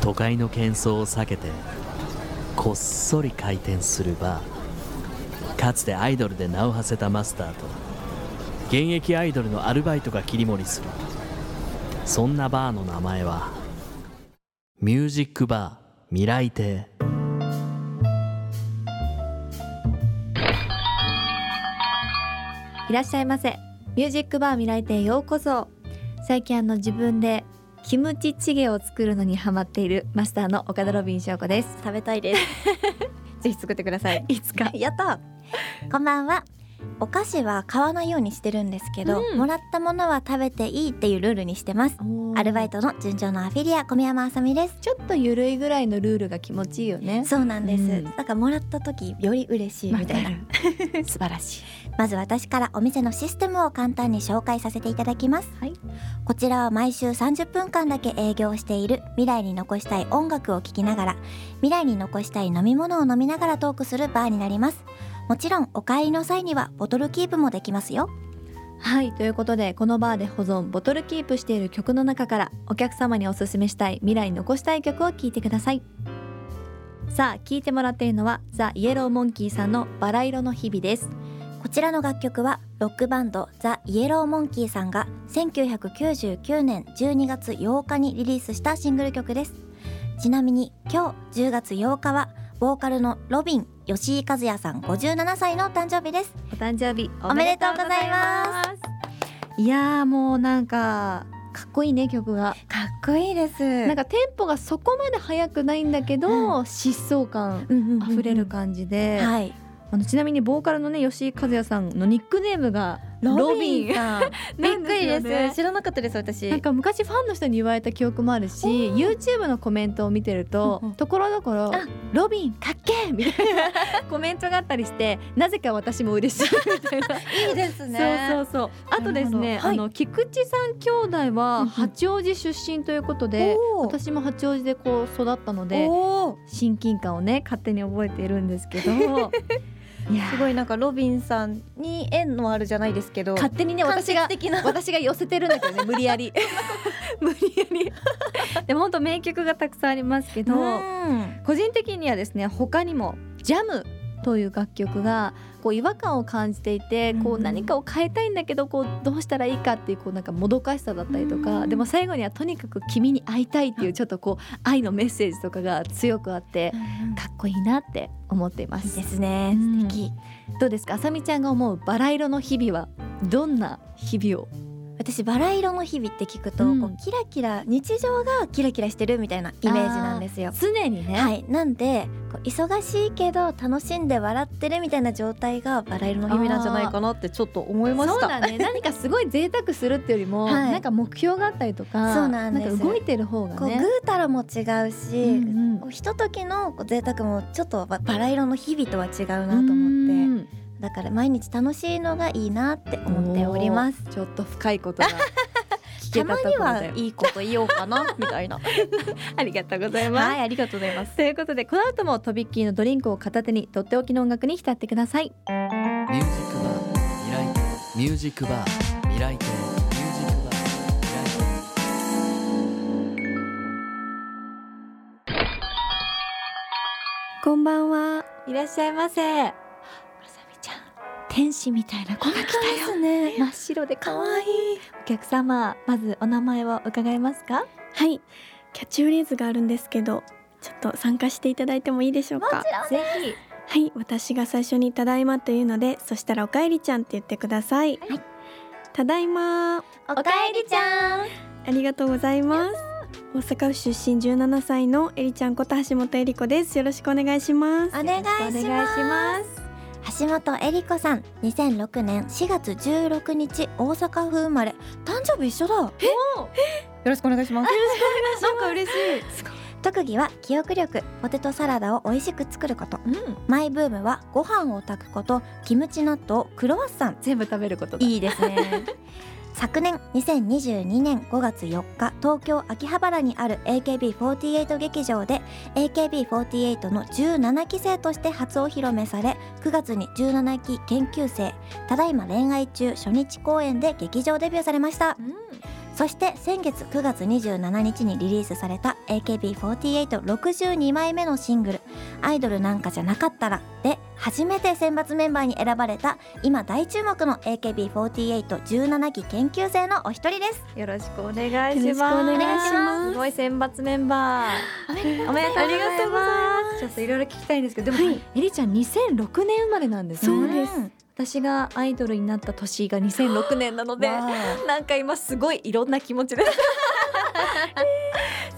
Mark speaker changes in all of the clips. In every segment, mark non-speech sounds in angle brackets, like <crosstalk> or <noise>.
Speaker 1: 都会の喧騒を避けてこっそり開店するバーかつてアイドルで名を馳せたマスターと現役アイドルのアルバイトが切り盛りするそんなバーの名前はミュージックバー未来亭
Speaker 2: いらっしゃいませミュージックバー未来亭へようこそ最近あの自分でキムチチゲを作るのにハマっているマスターの岡田ロビン翔子です
Speaker 3: 食べたいです。ぜひ作ってくださ <laughs> い。
Speaker 2: いつか
Speaker 3: やった。こんばんは。お菓子は買わないようにしてるんですけど、
Speaker 2: うん
Speaker 3: もらったものは食べていいっていうルールにしてます。アルバイトの順調のアフィリア小宮山あさみです。
Speaker 2: ちょっとゆるいぐらいのルールが気持ちいいよね
Speaker 3: そうなんです。
Speaker 2: うん
Speaker 3: だからもらった時より嬉しいみたいな。
Speaker 2: る素晴らしい
Speaker 3: まず私からお店のシステムを簡単に紹介させていただきます、
Speaker 2: はい
Speaker 3: こちらは毎週30分間だけ営業している未来に残したい音楽を聴きながら未来に残したい飲み物を飲みながらトークするバーになりますもちろんお帰りの際にはボトルキープもできますよ
Speaker 2: はいということでこのバーで保存ボトルキープしている曲の中からお客様におすすめしたい未来に残したい曲を聴いてくださいさあ聴いてもらっているのはザ・イエローモンキーさんの「バラ色の日々」です
Speaker 3: こちらの楽曲はロックバンドザ・イエローモンキーさんが1999年12月8日にリリースしたシングル曲ですちなみに今日10月8日はボーカルのロビン吉井和也さん57歳のお誕生日です
Speaker 2: お誕生日お
Speaker 3: めでとうございます
Speaker 2: いやーもうなんかかっこいいね曲が
Speaker 3: かっこいいです
Speaker 2: なんかテンポがそこまで速くないんだけど、
Speaker 3: う
Speaker 2: 疾走感
Speaker 3: うんうんうんうん
Speaker 2: あふれる感じで、
Speaker 3: はい
Speaker 2: あのちなみにボーカルのね吉井和也さんのニックネームがロビン
Speaker 3: <laughs> さんびっくりです知らなかったです私
Speaker 2: なんか昔ファンの人に言われた記憶もあるし YouTube のコメントを見てると
Speaker 3: うんうん
Speaker 2: ところどころ
Speaker 3: あ
Speaker 2: 「ロビンかっけえ!」みたい
Speaker 3: <laughs>
Speaker 2: なコメントがあったりしてなぜか私も嬉しいみたいな
Speaker 3: いいです
Speaker 2: そうそうそうあとですね、
Speaker 3: なるほど
Speaker 2: あ
Speaker 3: はい
Speaker 2: の菊池さん兄弟
Speaker 3: うんう
Speaker 2: は
Speaker 3: ん
Speaker 2: 八王子出身ということで、
Speaker 3: おー
Speaker 2: 私も八王子でこう育ったので
Speaker 3: おー
Speaker 2: 親近感をね勝手に覚えているんですけどいや
Speaker 4: すごいなんかロビンさんに縁のあるじゃないですけど
Speaker 2: 勝手にね私が
Speaker 4: 間接的な
Speaker 2: 私が寄せてるんだけどね無理や
Speaker 3: <laughs>
Speaker 2: り無理やりでも本当名曲がたくさんありますけど
Speaker 3: うん
Speaker 2: 個人的にはですね他にも「ジャム」という楽曲がこう違和感を感じていてこう
Speaker 3: うん
Speaker 2: 何かを変えたいんだけどこうどうしたらいいかっていうこうなんかもどかしさだったりとか
Speaker 3: うん
Speaker 2: でも最後にはとにかく「君に会いたい」っていうちょっとこう愛のメッセージとかが強くあってかっこいいなって思っていま
Speaker 3: いい
Speaker 2: す
Speaker 3: で。すね
Speaker 2: うん
Speaker 3: 素敵
Speaker 2: どうですかあさみちゃんが思うバラ色の日々はどんな日々を
Speaker 3: 私バラ色の日々って聞くと、
Speaker 2: うん
Speaker 3: こうキラキラ日常がキラキラしてるみたいなイメージなんですよ。
Speaker 2: 常にね、
Speaker 3: はい、なんでこう忙しいけど楽しんで笑ってるみたいな状態がバラ色の日
Speaker 4: 意
Speaker 3: 々
Speaker 4: 味なんじゃないかなってちょっと思いま
Speaker 2: そ
Speaker 4: し
Speaker 2: う
Speaker 4: た
Speaker 2: だね何かすごい贅沢するってよりも、
Speaker 3: はい
Speaker 2: なんか目標があったりとか
Speaker 3: そうなんです
Speaker 2: か動いてる方が
Speaker 3: こうぐ
Speaker 2: ね。
Speaker 3: うたらも違う
Speaker 2: う
Speaker 3: し、
Speaker 2: んうん
Speaker 3: こうひとときのこう贅沢もちょっとババラ色の日々とは違うな
Speaker 2: う
Speaker 3: と思って
Speaker 2: ん
Speaker 3: だから毎日楽しいのがいいなって思っております。
Speaker 2: ちょっと深いことが聞けた
Speaker 3: たま
Speaker 2: とこ
Speaker 3: に
Speaker 2: ろ
Speaker 3: は
Speaker 2: で
Speaker 3: いいこと言おうかなみたいな。は
Speaker 2: <laughs> ありがとうござい
Speaker 3: い、ありがとうございます。
Speaker 2: ということでこの後もとびっきりのドリンクを片手にとっておきの音楽に浸ってください
Speaker 1: ミュージックバー未来亭ミュージックバー未来亭ミュージックバー未来亭
Speaker 2: こんばんはい
Speaker 4: らっしゃいませ
Speaker 2: あさみちゃん天使みたいな子が来たよ
Speaker 3: ね。
Speaker 2: 真っ白で可愛い
Speaker 4: い
Speaker 2: お客様まずお名前を伺えますか
Speaker 5: はい、キャッチフレーズがあるんですけど、ちょっと参加していただいてもいいでしょうか。
Speaker 2: ぜひ
Speaker 5: はい、私が最初にただいまというので、そしたらおかえりちゃんって言ってください。
Speaker 3: はい
Speaker 5: ただいま、あ
Speaker 3: おかえりちゃん。
Speaker 5: りがとうございます。大阪府出身17歳のえりちゃんこと橋本えり子です。よろしくお願いします。
Speaker 3: お願いします。橋本恵里子さん2006年4月16日大阪府生まれ誕生日一緒だ
Speaker 4: よろしくお願いします
Speaker 5: なんか嬉しい。
Speaker 3: 特技は記憶力ポテトサラダを美味しく作ること
Speaker 2: うん
Speaker 3: マイブームはご飯を炊くことキムチ納豆クロワッサン
Speaker 2: 全部食べることだ
Speaker 3: いいです
Speaker 2: <laughs>
Speaker 3: ね昨年2022年5月4日東京秋葉原にある AKB48 劇場で AKB48 の17期生として初お披露目され9月に17期研究生ただいま恋愛中初日公演で劇場デビューされました
Speaker 2: うん
Speaker 3: そして先月9月27日にリリースされた AKB4862 枚目のシングル「アイドルなんかじゃなかったら」で初めて選抜メンバーに選ばれた今大注目の AKB4817 期研究生のお一人です。
Speaker 2: よろしくお願いします。
Speaker 5: よろしくお願
Speaker 3: いします
Speaker 2: すごい選抜メンバー。おめでとうございます。ちょっといろいろ聞きたいんですけど、でも、えりちゃん2006年生まれなんです
Speaker 5: そ
Speaker 2: ね。
Speaker 5: うです
Speaker 3: ん
Speaker 2: 私がアイドルになった年が2006年なので、
Speaker 3: わあ
Speaker 2: なんか今すごいいろんな気持ちです。 <laughs>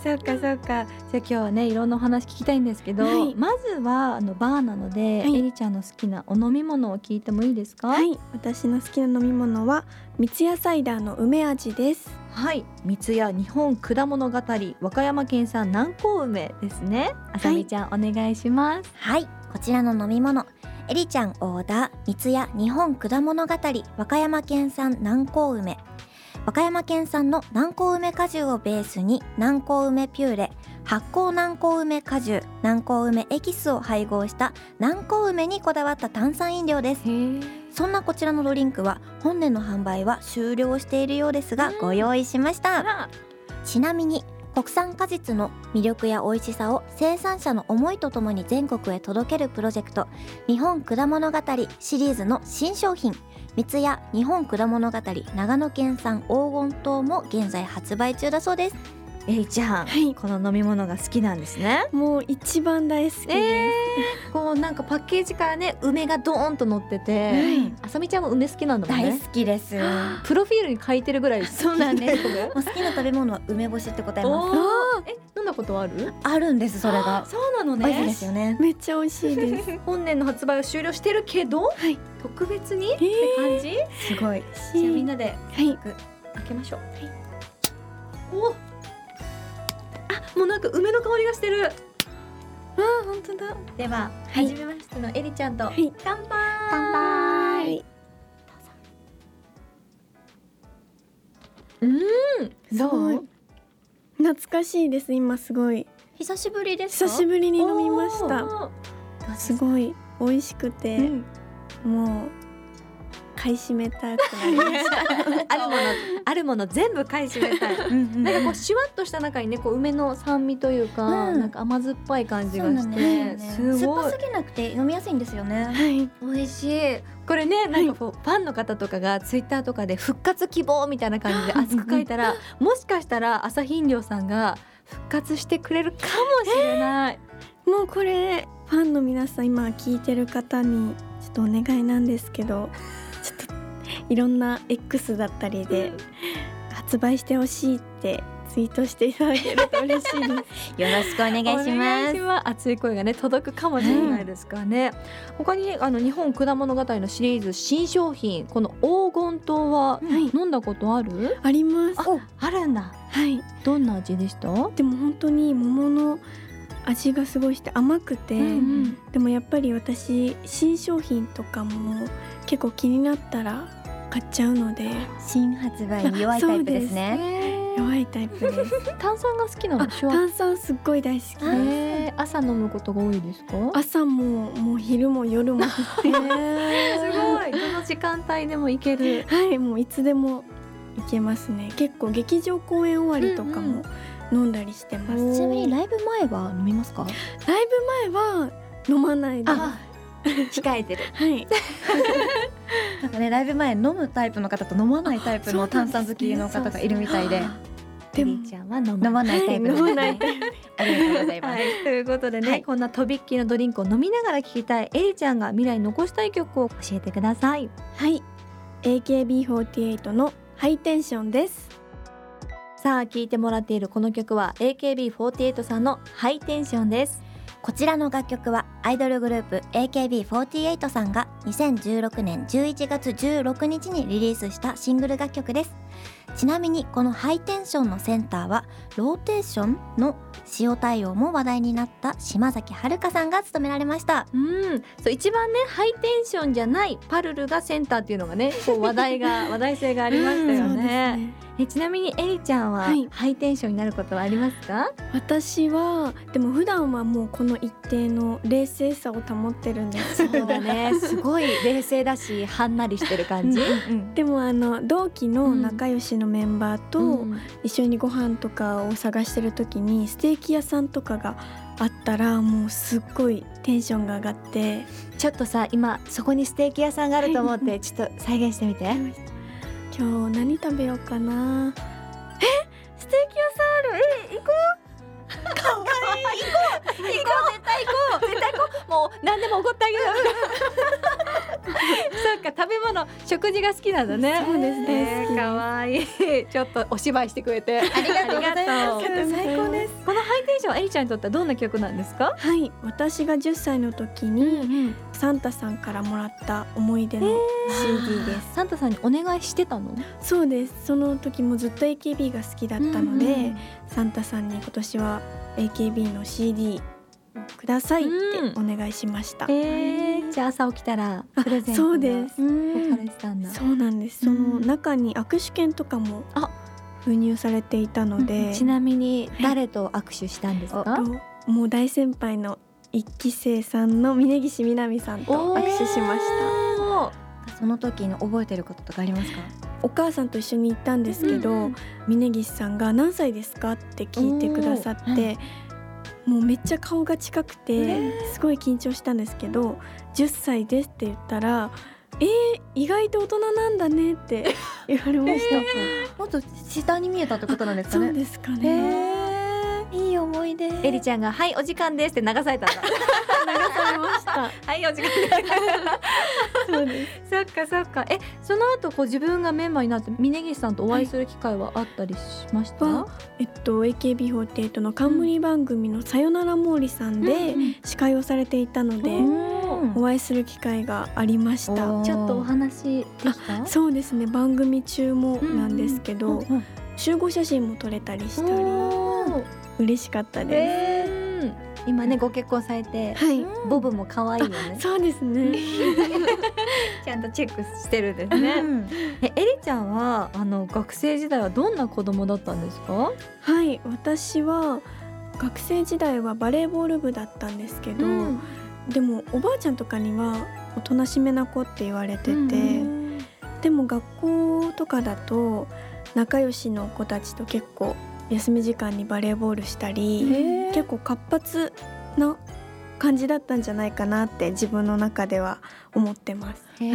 Speaker 2: そうかそうか。じゃあ今日はねいろんなお話聞きたいんですけど、
Speaker 5: はい
Speaker 2: まずはあのバーなので、
Speaker 5: はい
Speaker 2: えりちゃんの好きなお飲み物を聞いてもいいですか？
Speaker 5: はい、私の好きな飲み物は三ツ矢サイダーの梅味です。
Speaker 2: はい、三ツ矢日本果物語和歌山県産南高梅ですね。あさみちゃん、お願いします。
Speaker 3: はい、こちらの飲み物。えりちゃんオーダー、三ツ矢日本果物語、和歌山県産南高梅。和歌山県産の南高梅果汁をベースに南高梅ピューレ、発酵南高梅果汁、南高梅エキスを配合した南高梅にこだわった炭酸飲料です。
Speaker 2: へ
Speaker 3: そんなこちらのドリンクは本年の販売は終了しているようですが
Speaker 2: うん
Speaker 3: ご用意しました。
Speaker 2: ら、
Speaker 3: ちなみに国産果実の魅力や美味しさを生産者の思いとともに全国へ届けるプロジェクト日本果物語シリーズの新商品三ツ矢日本果物語長野県産黄金糖も現在発売中だそうです
Speaker 2: えいちゃん、
Speaker 5: はい
Speaker 2: この飲み物が好きなんですね。
Speaker 5: もう一番大好きです。
Speaker 2: <laughs> こうなんかパッケージからね、梅がドーンと乗ってて、
Speaker 5: はい
Speaker 2: あさみちゃんも梅好きなんだもんね。
Speaker 3: 好きです <laughs> も
Speaker 2: プロフィールに書いてるぐらい。
Speaker 3: そうなんです
Speaker 2: 好きよね。
Speaker 3: う好きな食べ物は梅干しって答えます
Speaker 2: おー <laughs> え、飲んだことある？
Speaker 3: あるんですそれが
Speaker 2: そうなの
Speaker 3: 美味しいですよね
Speaker 5: めっちゃ美味しい <laughs> です。
Speaker 2: <laughs> 本年の発売は終了してるけど、
Speaker 5: い
Speaker 2: 特別に、
Speaker 5: え
Speaker 2: 感じ？
Speaker 3: すごい
Speaker 5: ー
Speaker 2: じゃあみんなで
Speaker 5: はい。
Speaker 2: 開けましょう。おお。あ、もうなんか梅の香りがしてる。
Speaker 5: あ本当だ。
Speaker 2: では、
Speaker 5: い
Speaker 2: 初めましてのエリちゃんと、
Speaker 5: い
Speaker 2: 乾杯。
Speaker 3: 乾杯
Speaker 2: うん。
Speaker 5: すごい。懐かしいです。今すごい
Speaker 3: 久しぶりです
Speaker 5: 久しぶりに飲みまし
Speaker 2: お
Speaker 5: た。
Speaker 2: ー。
Speaker 5: すごい美味しくて、
Speaker 2: うん
Speaker 5: もう買い占めたくなりました。
Speaker 2: あるもの、あるもの全部買い占めたい。
Speaker 3: <laughs>
Speaker 2: なんかこうシュワッとした中にね、こう梅の酸味というか、
Speaker 3: うん
Speaker 2: なんか甘酸っぱい感じ
Speaker 3: そ
Speaker 2: が
Speaker 3: うな
Speaker 2: し
Speaker 3: ん
Speaker 2: て、
Speaker 3: ですよね
Speaker 2: す
Speaker 3: 酸っ
Speaker 2: ご
Speaker 3: ぱ
Speaker 2: い
Speaker 3: すぎなくて飲みやすいんです
Speaker 2: <laughs>
Speaker 3: よね
Speaker 5: はい。
Speaker 2: 美味しい。これね、なんかこう、ファンの方とかがツイッターとかで復活希望みたいな感じで熱く書いたら、もしかしたら朝日飲料さんが復活してくれるかもしれない。
Speaker 5: もうこれファンの皆さん今聞いてる方にちょっとお願いなんですけどちょっといろんな X だったりで発売してほしいってツイートしていただけると嬉しいです
Speaker 3: よろしくお願いし
Speaker 2: <laughs> お
Speaker 3: ま
Speaker 2: 願い
Speaker 3: す
Speaker 2: します熱い声がね届くかもしれないですからね、他にあの日本果物語のシリーズ新商品この黄金糖は
Speaker 5: はい
Speaker 2: 飲んだことある、
Speaker 5: あります
Speaker 2: ああるんだ
Speaker 5: はい
Speaker 2: どんな味でした、う
Speaker 5: でも本当に桃の味がすごいして甘くて、
Speaker 2: ん
Speaker 5: でもやっぱり私新商品とかも結構気になったら買っちゃうので
Speaker 3: 新発売に弱いタイプです
Speaker 2: え
Speaker 3: ね
Speaker 5: 弱いタイプです
Speaker 2: 炭酸が好きな
Speaker 5: あ
Speaker 2: のシュワ
Speaker 5: 炭酸すっごい大好き
Speaker 3: あ
Speaker 2: えー、朝飲むことが多いですか
Speaker 5: 朝ももう昼も夜も
Speaker 3: <laughs>
Speaker 2: すごいどの時間帯でもいける
Speaker 5: はいもういつでも行けますね結構劇場公演終わりとかも飲んだりしてます、
Speaker 2: うん
Speaker 3: ちなみにライブ前は飲みますか
Speaker 5: ライブ前は飲まないですは
Speaker 2: 控えてる
Speaker 5: い
Speaker 3: なんかねライブ前飲むタイプの方と飲まないタイプの炭酸好きの方がいるみたいで
Speaker 5: でも
Speaker 2: りーちゃんは飲む
Speaker 3: 飲まないタイプですね
Speaker 5: 飲まない
Speaker 3: <laughs> ありがとうございます、
Speaker 2: はい、ということでね、
Speaker 3: はい
Speaker 2: こんなとびっきりのドリンクを飲みながら聴きたいエリちゃんが未来に残したい曲を教えてください
Speaker 5: はい AKB48 のハイテンションです
Speaker 2: さあ聴いてもらっているこの曲は AKB48 さんのハイテンションです
Speaker 3: こちらの楽曲はアイドルグループ AKB48 さんが2016年11月16日にリリースしたシングル楽曲ですちなみにこのハイテンションのセンターはローテーションの塩対応も話題になった島崎遥さんが務められました
Speaker 2: うん、そう一番ねハイテンションじゃないパルルがセンターっていうのが <laughs> ねこう話題が話題性がありましたよ
Speaker 5: そうです
Speaker 2: ね,、えちなみにエリちゃんは、
Speaker 5: はい
Speaker 2: ハイテンションになることはありますか
Speaker 5: 私はでも普段はもうこの一定の冷静さを保ってる
Speaker 2: <laughs>
Speaker 5: んです
Speaker 2: そうだねすごい冷静だしはんなりしてる感じ
Speaker 5: でもあの同期の仲仲良しのメンバーと、
Speaker 2: うん
Speaker 5: 一緒にご飯とかを探してる時にステーキ屋さんとかがあったらもうすっごいテンションが上がって
Speaker 6: ちょっとさ今そこにステーキ屋さんがあると思ってちょっと再現してみて
Speaker 5: 今日何食べようかな
Speaker 6: ステーキ屋さんあるえ行こうかわいい行こう行こう絶対行こう絶対行こうもう何でもおごってあげる
Speaker 2: そうか食べ物食事が好きなんだね
Speaker 5: そうですね好き
Speaker 2: かわいいちょっとお芝居してくれて
Speaker 6: ありがとうございま
Speaker 5: ありがとうございます
Speaker 6: 最高です
Speaker 2: このハイテンションエリちゃんにとってはどんな曲なんですか
Speaker 5: はい私が10歳の時に
Speaker 2: ん
Speaker 5: サンタさんからもらった思い出の CD です、
Speaker 2: サンタさんにお願いしてたの
Speaker 5: そうですその時もずっと AKB が好きだったので、
Speaker 2: うんうん
Speaker 5: サンタさんに今年は AKB の CD をくださいってお願いしました、
Speaker 2: えー、じゃあ朝起きたらプレゼント
Speaker 5: そうです
Speaker 2: す置かれてたんだ
Speaker 5: そうなんですその中に握手券とかも
Speaker 2: あ
Speaker 5: 封入されていたので、
Speaker 6: ちなみに誰と握手したんですか
Speaker 5: ともう大先輩の一期生さんの峯岸みなみさんと握手しました
Speaker 3: <laughs> その時の覚えてることとかありますか
Speaker 5: お母さんと一緒に行ったんですけど、
Speaker 2: うんうん
Speaker 5: 峯岸さんが「何歳ですか?」って聞いてくださって、もうめっちゃ顔が近くて、すごい緊張したんですけど「10歳です」って言ったら「えー、意外と大人なんだね」って
Speaker 2: <laughs>
Speaker 5: 言われました。
Speaker 3: もっと下に見えたってことなんですか
Speaker 5: そう
Speaker 3: ね
Speaker 5: ですかね。
Speaker 3: いい思い出
Speaker 6: エリちゃんがはいお時間ですって流され
Speaker 2: <laughs>
Speaker 6: たんだ
Speaker 5: 流されました。
Speaker 6: はいお時間です
Speaker 5: そうです。
Speaker 2: <laughs> そっかそっかえその後こう自分がメンバーになって峯岸さんとお会いする機会はあったりしました、
Speaker 5: はえっと AKB48 の冠番組のさよなら毛利さんで司会をされていたので、お会いする機会がありました。
Speaker 2: お
Speaker 6: ちょっとお話できた
Speaker 5: そうですね番組中もなんですけど、
Speaker 6: ん
Speaker 5: 集合写真も撮れたりしたり
Speaker 2: お
Speaker 5: 嬉しかった
Speaker 2: え
Speaker 5: で
Speaker 2: ー
Speaker 6: 今ねご結婚されて
Speaker 5: す。はい、
Speaker 6: ボブも可愛いよね
Speaker 5: そうですね。
Speaker 2: <laughs>
Speaker 6: ちゃんとチェックしてるんです
Speaker 2: ねえエリちゃんはあの学生時代はどんな子供だったんですか？
Speaker 5: はい私は学生時代はバレーボール部だったんですけど、
Speaker 2: うん
Speaker 5: でもおばあちゃんとかにはおとなしめな子って言われてて、
Speaker 2: うん
Speaker 5: でも学校とかだと仲良しの子たちと結構休み時間にバレーボールしたり。結構活発な感じだったんじゃないかなって自分の中では思ってます。
Speaker 2: へ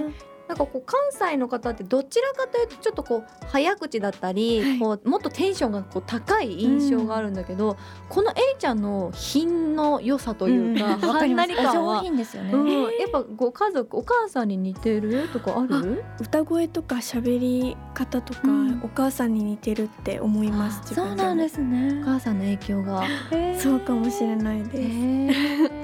Speaker 2: ーなんかこう関西の方ってどちらかというとちょっとこう早口だったり、こうもっとテンションがこう高い印象があるんだけど、このエリちゃんの品の良さという <laughs> か、はんなり感
Speaker 3: 上
Speaker 2: は、
Speaker 3: 品ですよね、
Speaker 2: うん、やっぱご家族お母さんに似てるとかある？
Speaker 5: 歌声とか喋り方とか、
Speaker 2: うん
Speaker 5: お母さんに似てるって思います。自分す。
Speaker 3: すね
Speaker 2: お母さんの影響が。
Speaker 5: そうかもしれないです。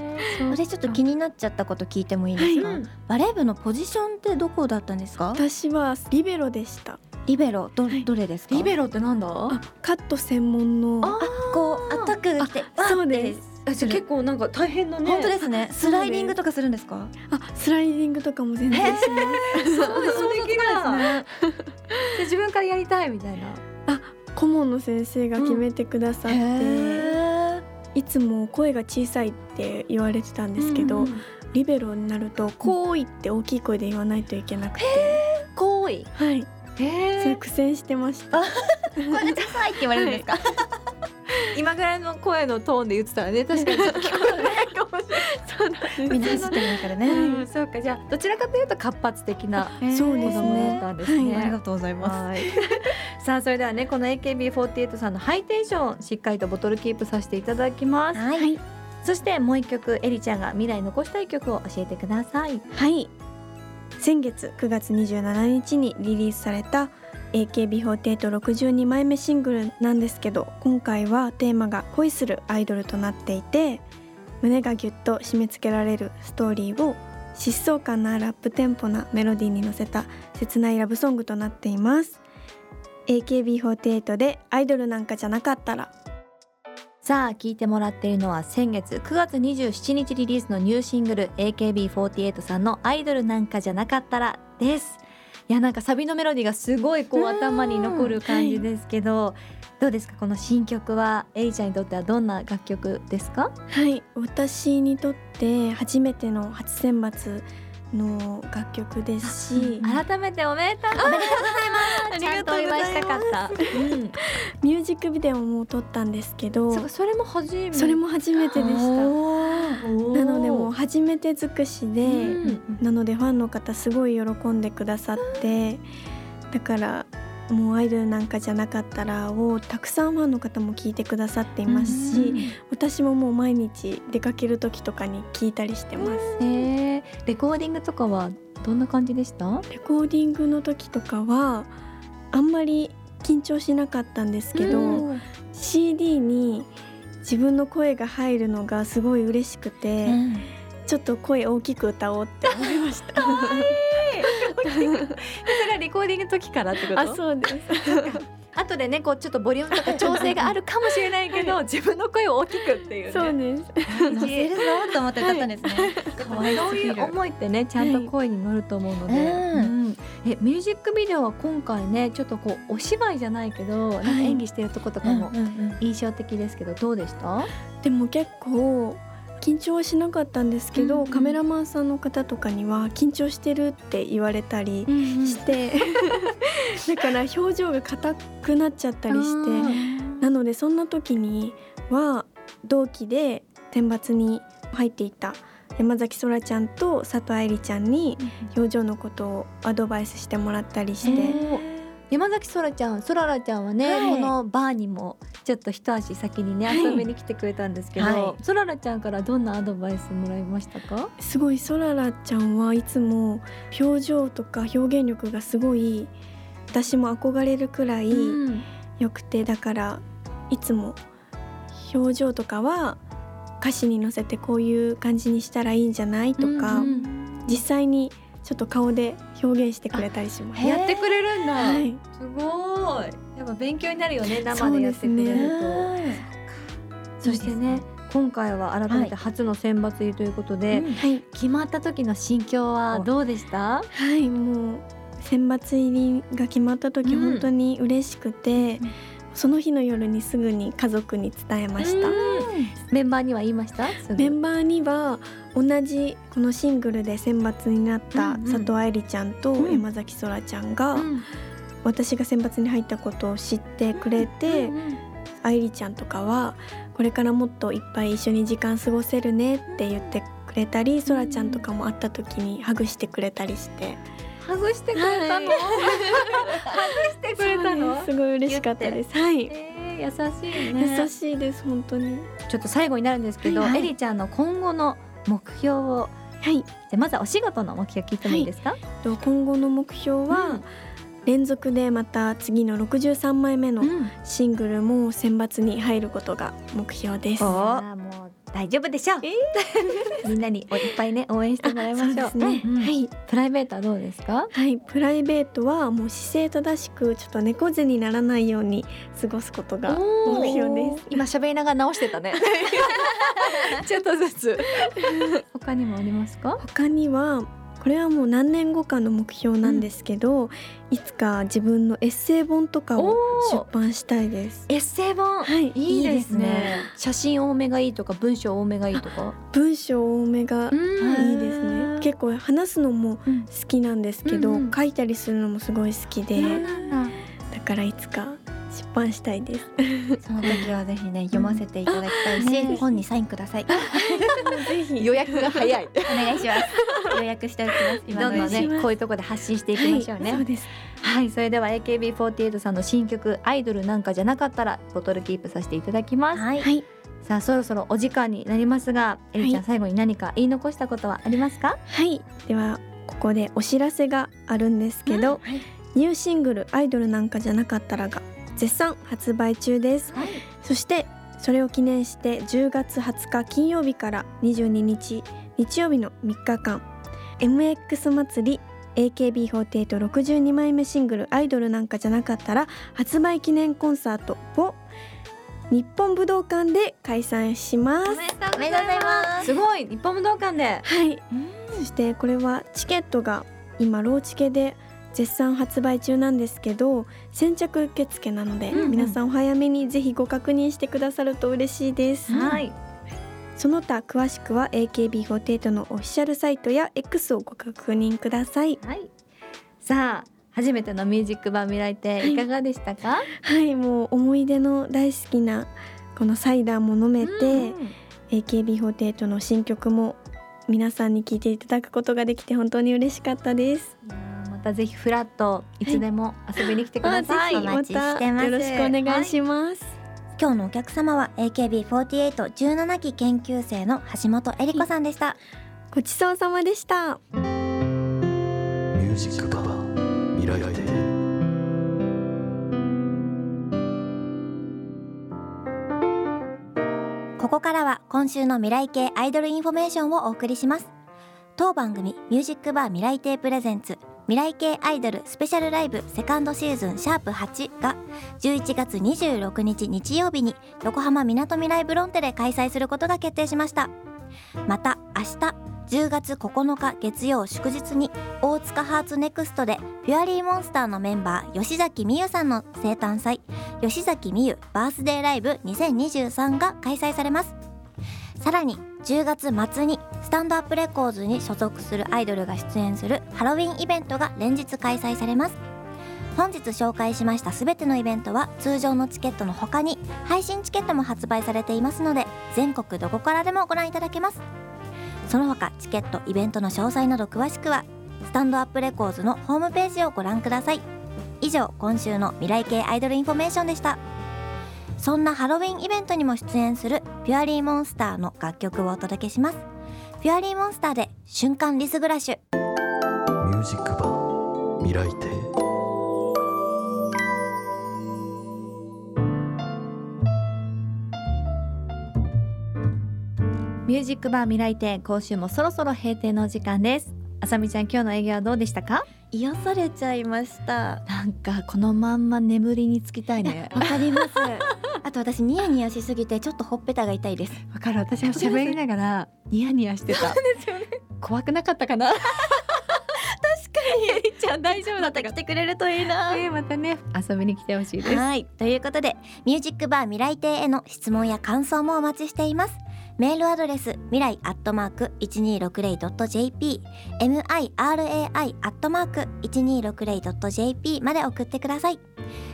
Speaker 3: 私ちょっと気になっちゃったこと聞いてもいいですか、
Speaker 2: うん
Speaker 3: バレー部のポジションってどこだったんですか
Speaker 5: 私はリベロでした。
Speaker 3: リベロどどれですか
Speaker 2: リベロってなんだ？
Speaker 5: あ、カット専門の。
Speaker 3: こうアタックしてわーって
Speaker 5: そうです
Speaker 2: あじゃあ結構なんか大変だね。
Speaker 3: 本当ですね
Speaker 5: す
Speaker 3: スライディングとかするんですか
Speaker 5: あ、スライディングとかも全然しない。
Speaker 2: そうですできない。じゃあ自分からやりたいみたいな。
Speaker 5: 顧問の先生が決めてくださって、いつも声が小さいって言われてたんですけど、リベロになると「こうい」って大きい声で言わないといけなくて、
Speaker 2: 行為。
Speaker 5: はい、そ
Speaker 2: へ
Speaker 5: れ
Speaker 2: え。
Speaker 5: 苦戦してました。 <laughs>
Speaker 3: 声が高いって言われるんです <laughs> か、
Speaker 2: 今ぐらいの声のトーンで言ってたら <laughs> ね、確かにちょっと聞こえないかもしれない。そうなんです
Speaker 3: みんな走ってるからね、
Speaker 2: うん、そうか、じゃあ、どちらかというと活発的な
Speaker 5: そう
Speaker 2: 子
Speaker 5: で
Speaker 2: 供だ
Speaker 5: す
Speaker 2: っ
Speaker 5: ね。
Speaker 2: たんですね。
Speaker 5: はいあり
Speaker 3: がとうござい
Speaker 2: はい。さあ、それではね、この AKB48 さんのハイテンション、しっかりとボトルキープさせていただきます。
Speaker 3: はい、
Speaker 2: そして、もう一曲、エリちゃんが未来に残したい曲を教えてください。
Speaker 5: はい。先月9月27日にリリースされた AKB4862 枚目シングルなんですけど今回はテーマが「恋するアイドル」となっていて胸がぎゅっと締め付けられるストーリーを疾走感のあるアップテンポなメロディーに乗せた切ないラブソングとなっています AKB48 で「アイドルなんかじゃなかったら
Speaker 6: さあ聞いてもらっているのは先月9月27日リリースのニューシングル AKB48 さんの「アイドルなんかじゃなかったら」です。いやなんかサビのメロディーがすごいこう頭に残る感じですけど、どうですかこの新曲はエリちゃんにとってはどんな楽曲ですか？」
Speaker 5: はい私にとって初めての初選抜の楽曲ですし
Speaker 2: 改めておめでとうございます。
Speaker 5: あ
Speaker 2: ち
Speaker 5: り
Speaker 2: ゃ
Speaker 5: が
Speaker 2: んと
Speaker 5: と
Speaker 2: お
Speaker 5: うござ
Speaker 2: 祝
Speaker 5: い
Speaker 2: い
Speaker 5: ます
Speaker 2: したかった。うん
Speaker 5: ミュージックビデオも撮ったんですけど
Speaker 2: そうか、それも初めて。
Speaker 5: それも初めてでしたな
Speaker 2: おー
Speaker 5: のでもう初めて尽くしで、
Speaker 2: うん
Speaker 5: なのでファンの方すごい喜んでくださってだからもうアイドルなんかじゃなかったらをたくさんファンの方も聞いてくださっていますし、私ももう毎日出かける時とかに聞いたりしてます、
Speaker 2: えーレコーディングとかはどんな感じでした？
Speaker 5: レコーディングの時とかはあんまり緊張しなかったんですけど、
Speaker 2: うん
Speaker 5: CD に自分の声が入るのがすごい嬉しくて、
Speaker 3: うん
Speaker 5: ちょっと声大きく歌おうって思いました
Speaker 2: それはレコーディングの時からってこと？
Speaker 5: <laughs> あそうです
Speaker 2: 後でねこうちょっとボリュームとか調整があるかもしれないけど、自分の声を大きくっていうね
Speaker 5: そうです
Speaker 3: 乗せるぞと思って歌ったんですね。可愛
Speaker 2: そう
Speaker 3: す
Speaker 2: い
Speaker 3: ぎ
Speaker 2: う
Speaker 3: る。
Speaker 2: 思いってねちゃんと声に乗ると思うので、
Speaker 3: うん
Speaker 2: うんえミュージックビデオは今回ねちょっとこうお芝居じゃないけど、なんか
Speaker 3: はい
Speaker 2: 演技してるとことか
Speaker 3: うん
Speaker 2: も
Speaker 3: うんうん
Speaker 2: 印象的ですけどどうでした？
Speaker 5: でも結構緊張はしなかったんですけど、
Speaker 2: うんうん
Speaker 5: カメラマンさんの方とかには緊張してるって言われたりして、 <laughs> だから表情が硬くなっちゃったりしてなのでそんな時には同期で選抜に入っていた山崎そらちゃんと佐藤愛理ちゃんに表情のことをアドバイスしてもらったりして、
Speaker 2: お山崎そらちゃんそららちゃんはね、
Speaker 3: はい
Speaker 2: このバーにもちょっと一足先にね遊びに来てくれたんですけど、
Speaker 3: は
Speaker 2: そららちゃんからどんなアドバイスもらいましたか？
Speaker 5: すごいそららちゃんはいつも表情とか表現力がすごい私も憧れるくらい
Speaker 2: うん
Speaker 5: 良くて、だからいつも表情とかは歌詞に乗せてこういう感じにしたらいいんじゃないとか、
Speaker 2: うんうん
Speaker 5: 実際にちょっと顔で表現してくれたりします。
Speaker 3: へー
Speaker 2: やってくれるんだ、
Speaker 5: はい、
Speaker 2: すごいやっぱ勉強になるよね生
Speaker 5: 生
Speaker 2: で
Speaker 5: で
Speaker 2: や
Speaker 5: や
Speaker 2: っ
Speaker 5: ってて
Speaker 2: く
Speaker 5: く
Speaker 2: れ
Speaker 5: れ
Speaker 2: る
Speaker 5: る
Speaker 2: と
Speaker 5: と
Speaker 2: そしてね今回は改めて初の選抜入りということで、
Speaker 3: うん
Speaker 5: はい、
Speaker 2: 決まった時の心境はどうでした
Speaker 5: はい、もう選抜入りが決まった時、
Speaker 2: うん
Speaker 5: 本当に嬉しくて、
Speaker 2: うん
Speaker 5: その日の夜にすぐに家族に伝えました。
Speaker 2: うんメンバーには言いましたすぐ
Speaker 5: メンバーには同じこのシングルで選抜になった
Speaker 2: うんうん
Speaker 5: 佐藤愛理ちゃんと
Speaker 2: うん
Speaker 5: 山崎そらちゃんが
Speaker 2: うん
Speaker 5: 私が選抜に入ったことを知ってくれて
Speaker 2: うん
Speaker 5: 愛理ちゃんとかはこれからもっといっぱい一緒に時間過ごせるねって言ってくれたりそらちゃんとかも会った時にハグしてくれたりして
Speaker 2: ハグしてくれたの、
Speaker 5: は
Speaker 2: ハグしてくれたの
Speaker 5: そうですすごい嬉しかったですはい
Speaker 2: えー優しいね
Speaker 5: 優しいです本当に
Speaker 2: ちょっと最後になるんですけど、
Speaker 5: はいはい
Speaker 2: エリちゃんの今後の目標を
Speaker 5: はい
Speaker 2: じゃあまずはお仕事の目標聞いてもいいですか、
Speaker 5: と今後の目標
Speaker 2: う
Speaker 5: は
Speaker 2: ん
Speaker 5: 連続でまた次の63枚目の
Speaker 2: うん
Speaker 5: シングルも選抜に入ることが目標です。
Speaker 2: おもう大丈夫でしょう、みんなにおいっぱいね応援してもらいましょう
Speaker 5: あそうですね
Speaker 2: んうん
Speaker 5: はい
Speaker 2: プライベートはどうですか
Speaker 5: はい、プライベートはもう姿勢正しくちょっと猫背にならないように過ごすことが目標です。
Speaker 2: す今喋りながら直してたね <laughs> ちょっとず <laughs> つ他にもありますか
Speaker 5: 他にはこれはもう何年後かの目標なんですけど、いつか自分のエッセイ本とかを
Speaker 2: お
Speaker 5: 出
Speaker 2: ー
Speaker 5: 版したいです。
Speaker 2: エッセイ本
Speaker 5: はい、
Speaker 2: いいですね写真多めがいいとか文章多めがいいとか
Speaker 5: 文章多めが
Speaker 2: うん
Speaker 5: いいですね。結構話すのも
Speaker 2: うん
Speaker 5: 好きなんですけ
Speaker 2: う
Speaker 5: ど、
Speaker 2: んうん
Speaker 5: 書いたりするのもすごい好き
Speaker 2: そ
Speaker 5: で、
Speaker 2: うなんだ
Speaker 5: だからいつか出版したいです。
Speaker 3: その時はぜひね読ませていただきたいし、
Speaker 2: ね
Speaker 3: 本にサインください。
Speaker 5: ぜ <laughs> ひ
Speaker 2: 予約が早い
Speaker 3: お願いします。予約しておきます。今
Speaker 2: どんどん
Speaker 5: お願いし
Speaker 2: ね
Speaker 5: ます
Speaker 2: こういうところで発信していきましょうね、
Speaker 5: はい、そうです。
Speaker 2: はい、それでは AKB48 さんの新曲「アイドルなんかじゃなかったら」ボトルキープさせていただきます、
Speaker 3: はい。
Speaker 5: はい、
Speaker 2: さあそろそろお時間になりますがえりちゃん、
Speaker 5: はい
Speaker 2: 最後に何か言い残したことはありますか
Speaker 5: はい、ではここでお知らせがあるんですけ
Speaker 3: は
Speaker 5: ど、
Speaker 3: い
Speaker 5: ニューシングル「アイドルなんかじゃなかったら」が絶賛発売中です、
Speaker 3: はい
Speaker 5: そしてそれを記念して10月20日金曜日から22日日曜日の3日間 MX 祭り AKB4862 枚目シングル「アイドルなんかじゃなかったら」発売記念コンサートを日本武道館で開催します
Speaker 2: めでとう
Speaker 3: おめでとうございます。
Speaker 2: すごい日本武道館で
Speaker 5: はい、そしてこれはチケットが今ローチケで絶賛発売中なんですけど先着受付なので、
Speaker 2: うんうん
Speaker 5: 皆さんお早めにぜひご確認してくださると嬉しいです、
Speaker 2: はい
Speaker 5: その他詳しくは AKB48 のオフィシャルサイトや X をご確認ください
Speaker 2: はい。さあ初めてのミュージックバー未来亭いかがでしたか？
Speaker 5: はいもう思い出の大好きなこのサイダーも飲めて、
Speaker 2: うん、
Speaker 5: AKB48 の新曲も皆さんに聴いていただくことができて本当に嬉しかったです
Speaker 2: いやーまたぜひフラットいつでも遊びに来てくださ <laughs> い。
Speaker 3: あぜひお待ちして
Speaker 5: ま
Speaker 3: ます
Speaker 5: たよろしくお願いします、
Speaker 3: 今日のお客様は AKB4817 期研究生の橋本恵里子さんでした、
Speaker 5: ごちそうさまでした
Speaker 7: ミュージックバー未来亭
Speaker 3: ここからは今週の未来系アイドルインフォメーションをお送りします当番組ミュージックバー未来亭プレゼンツ未来系アイドルスペシャルライブセカンドシーズンシャープ8が11月26日日曜日に横浜みなとみらいブロンテで開催することが決定しましたまた明日10月9日月曜祝日に大塚ハーツネクストでピュアリーモンスターのメンバー吉崎美優さんの生誕祭吉崎美優バースデーライブ2023が開催されますさらに10月末にスタンドアップレコーズに所属するアイドルが出演するハロウィンイベントが連日開催されます本日紹介しました全てのイベントは通常のチケットの他に配信チケットも発売されていますので全国どこからでもご覧いただけますその他チケットイベントの詳細など詳しくはスタンドアップレコーズのホームページをご覧ください以上今週の未来系アイドルインフォメーションでしたそんなハロウィンイベントにも出演するピュアリーモンスターの楽曲をお届けしますピュアリーモンスターで瞬間リスグラッシュ
Speaker 7: ミュージックバー未来亭
Speaker 2: ミュージックバー未来亭今週もそろそろ閉店のお時間です。あさみちゃん今日の営業はどうでしたか？
Speaker 3: 癒されちゃいました
Speaker 2: なんかこのまんま眠りにつきたいね。
Speaker 3: わかりますあと私ニヤニヤしすぎてちょっとほっぺたが痛いです
Speaker 2: <laughs> わかる私も喋りながらニヤニヤしてた。怖くなかったかな。確かに。ちゃん大丈夫だったか。
Speaker 3: 来てくれるといい
Speaker 2: <laughs>
Speaker 3: な
Speaker 2: ねまたね遊びに来てほしいです。
Speaker 3: はいということでミュージックバー未来亭への質問や感想もお待ちしていますメールアドレス未来アットマーク 1260.jp mirai アットマーク 1260.jp まで送ってください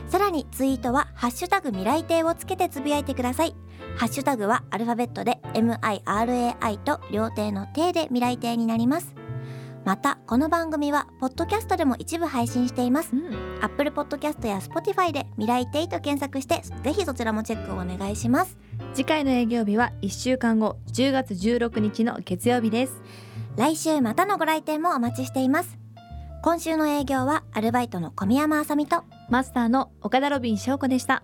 Speaker 3: さらにツイートはハッシュタグ未来亭をつけてつぶやいてくださいハッシュタグはアルファベットで mirai と両手の手で未来亭になりますまたこの番組はポッドキャストでも一部配信しています
Speaker 2: うん、
Speaker 3: アップルポッドキャストや Spotify で未来テイと検索してぜひそちらもチェックをお願いします
Speaker 2: 次回の営業日は1週間後10月16日の月曜日です。
Speaker 3: 来週またのご来店もお待ちしています今週の営業はアルバイトの小宮山あさみと
Speaker 2: マスターの岡田ロビン翔子でした。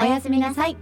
Speaker 3: おやすみなさい